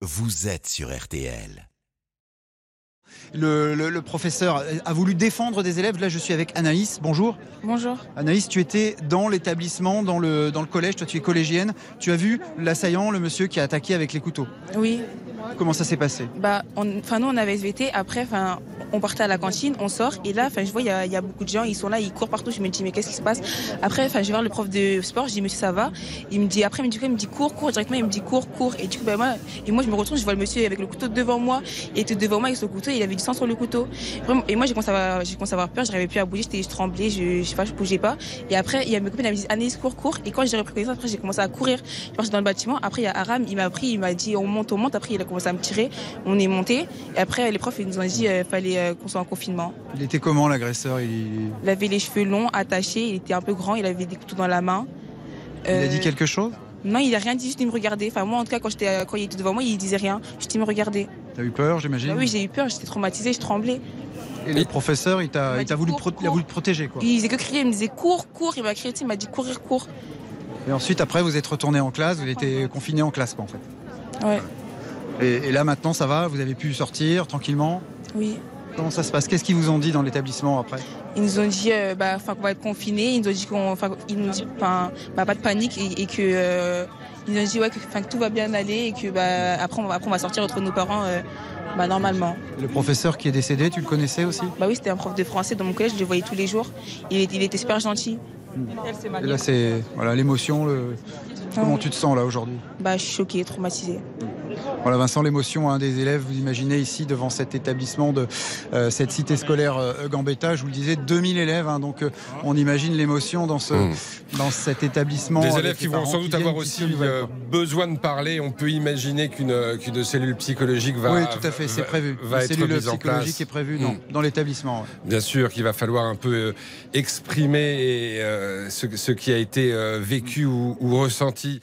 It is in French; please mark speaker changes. Speaker 1: Vous êtes sur RTL.
Speaker 2: Le, le- le professeur a voulu défendre des élèves. Là, je suis avec Anaïs. Bonjour.
Speaker 3: Bonjour.
Speaker 2: Anaïs, tu étais dans l'établissement, dans le, dans le collège. Toi, tu es collégienne. Tu as vu l'assaillant, le monsieur qui a attaqué avec les couteaux.
Speaker 3: Oui.
Speaker 2: Comment ça s'est passé
Speaker 3: Bah, on- enfin nous on avait SVT. Après, enfin, on partait à la cantine, on sort et là, enfin, je vois il y, a- il y a beaucoup de gens, ils sont là, ils courent partout. Je me dis mais qu'est-ce qui se passe Après, enfin, je vais voir le prof de sport. Je dis monsieur ça va Il me dit après, il me dit quoi Il me dit cours, cours directement. Il me dit cours, cours. Et du coup, bah, moi, et moi je me retrouve, je vois le monsieur avec le couteau devant moi. Il était devant moi avec son couteau. Il avait du sang sur le couteau. Vraiment, Et moi j'ai commencé à avoir, j'ai commencé à avoir peur. J'arrivais plus à bouger. J'étais, je tremblais, je, je sais pas, je bougeais pas. Et après, il y a mes copines elles me disent Anaïs cours, cours. Et quand j'ai repris connaissance, après j'ai commencé à courir. Je suis dans le bâtiment. Après il y a Aram, il m'a pris, il m'a dit on monte, on monte. Après il a commencé à me tirer. On est monté. Et après, les profs ils nous ont dit euh, fallait euh, qu'on soit en confinement.
Speaker 2: Il était comment l'agresseur il,
Speaker 3: Il avait les cheveux longs, attachés, il était un peu grand, il avait des couteaux dans la main.
Speaker 2: il a
Speaker 3: Euh,
Speaker 2: dit quelque chose
Speaker 3: Non, il a rien dit, juste il me regardait. Enfin, moi, en tout cas, quand, j'étais, euh, quand il était devant moi, il disait rien. Juste il me regardait.
Speaker 2: T'as eu peur, j'imagine.
Speaker 3: Ah oui, j'ai eu peur, j'étais traumatisée, je tremblais.
Speaker 2: Et le professeur, il t'a,
Speaker 3: m'a
Speaker 2: il t'a
Speaker 3: dit
Speaker 2: voulu,
Speaker 3: cours,
Speaker 2: pro- il a
Speaker 3: cours.
Speaker 2: voulu te protéger, quoi.
Speaker 3: Il disait que crier, il me disait cours, cours, il m'a crié, tu sais, il m'a dit courir, cours.
Speaker 2: Et ensuite, après, vous êtes retourné en classe. Vous étiez confiné en classe, quoi, en fait.
Speaker 3: Ouais,
Speaker 2: Et, et là, maintenant, ça va. Vous avez pu sortir tranquillement.
Speaker 3: oui.
Speaker 2: Comment ça se passe Qu'est-ce qu'ils vous ont dit dans l'établissement après
Speaker 3: Ils nous ont dit euh, bah, enfin, qu'on va être confinés, ils nous ont dit qu'on enfin, ils nous ont dit, enfin, bah, pas de panique et, et que euh, ils nous ont dit ouais, que, enfin, que tout va bien aller et que bah, après, on va, après on va sortir entre nos parents euh, bah, normalement.
Speaker 2: Le professeur qui est décédé, tu le connaissais aussi
Speaker 3: Bah oui, c'était un prof de français dans mon collège, je le voyais tous les jours. Il, était- il était super gentil.
Speaker 2: Et là, c'est voilà l'émotion. Le... Comment tu te sens là aujourd'hui
Speaker 3: Bah je suis choquée, traumatisée.
Speaker 2: Voilà, Vincent, l'émotion hein, des élèves. Vous imaginez ici devant cet établissement de euh, cette cité scolaire euh, Gambetta, je vous le disais, 2000 élèves. hein, donc, euh, on imagine l'émotion dans ce
Speaker 4: Mmh.
Speaker 2: dans cet établissement.
Speaker 4: Des
Speaker 2: avec
Speaker 4: élèves qui
Speaker 2: les
Speaker 4: vont
Speaker 2: parents
Speaker 4: sans doute
Speaker 2: viennent,
Speaker 4: avoir
Speaker 2: qui
Speaker 4: aussi
Speaker 2: se nouvellent,
Speaker 4: euh,
Speaker 2: quoi.
Speaker 4: besoin de parler. On peut imaginer qu'une euh, qu'une cellule psychologique va.
Speaker 2: oui, tout à fait, c'est
Speaker 4: va-
Speaker 2: prévu.
Speaker 4: Va
Speaker 2: Une
Speaker 4: être
Speaker 2: cellule
Speaker 4: mise en
Speaker 2: psychologique
Speaker 4: place.
Speaker 2: est prévue dans,
Speaker 4: Mmh.
Speaker 2: dans l'établissement. ouais.
Speaker 4: Bien sûr qu'il va falloir un peu euh, exprimer et, euh, ce, ce qui a été euh, vécu ou, ou ressenti.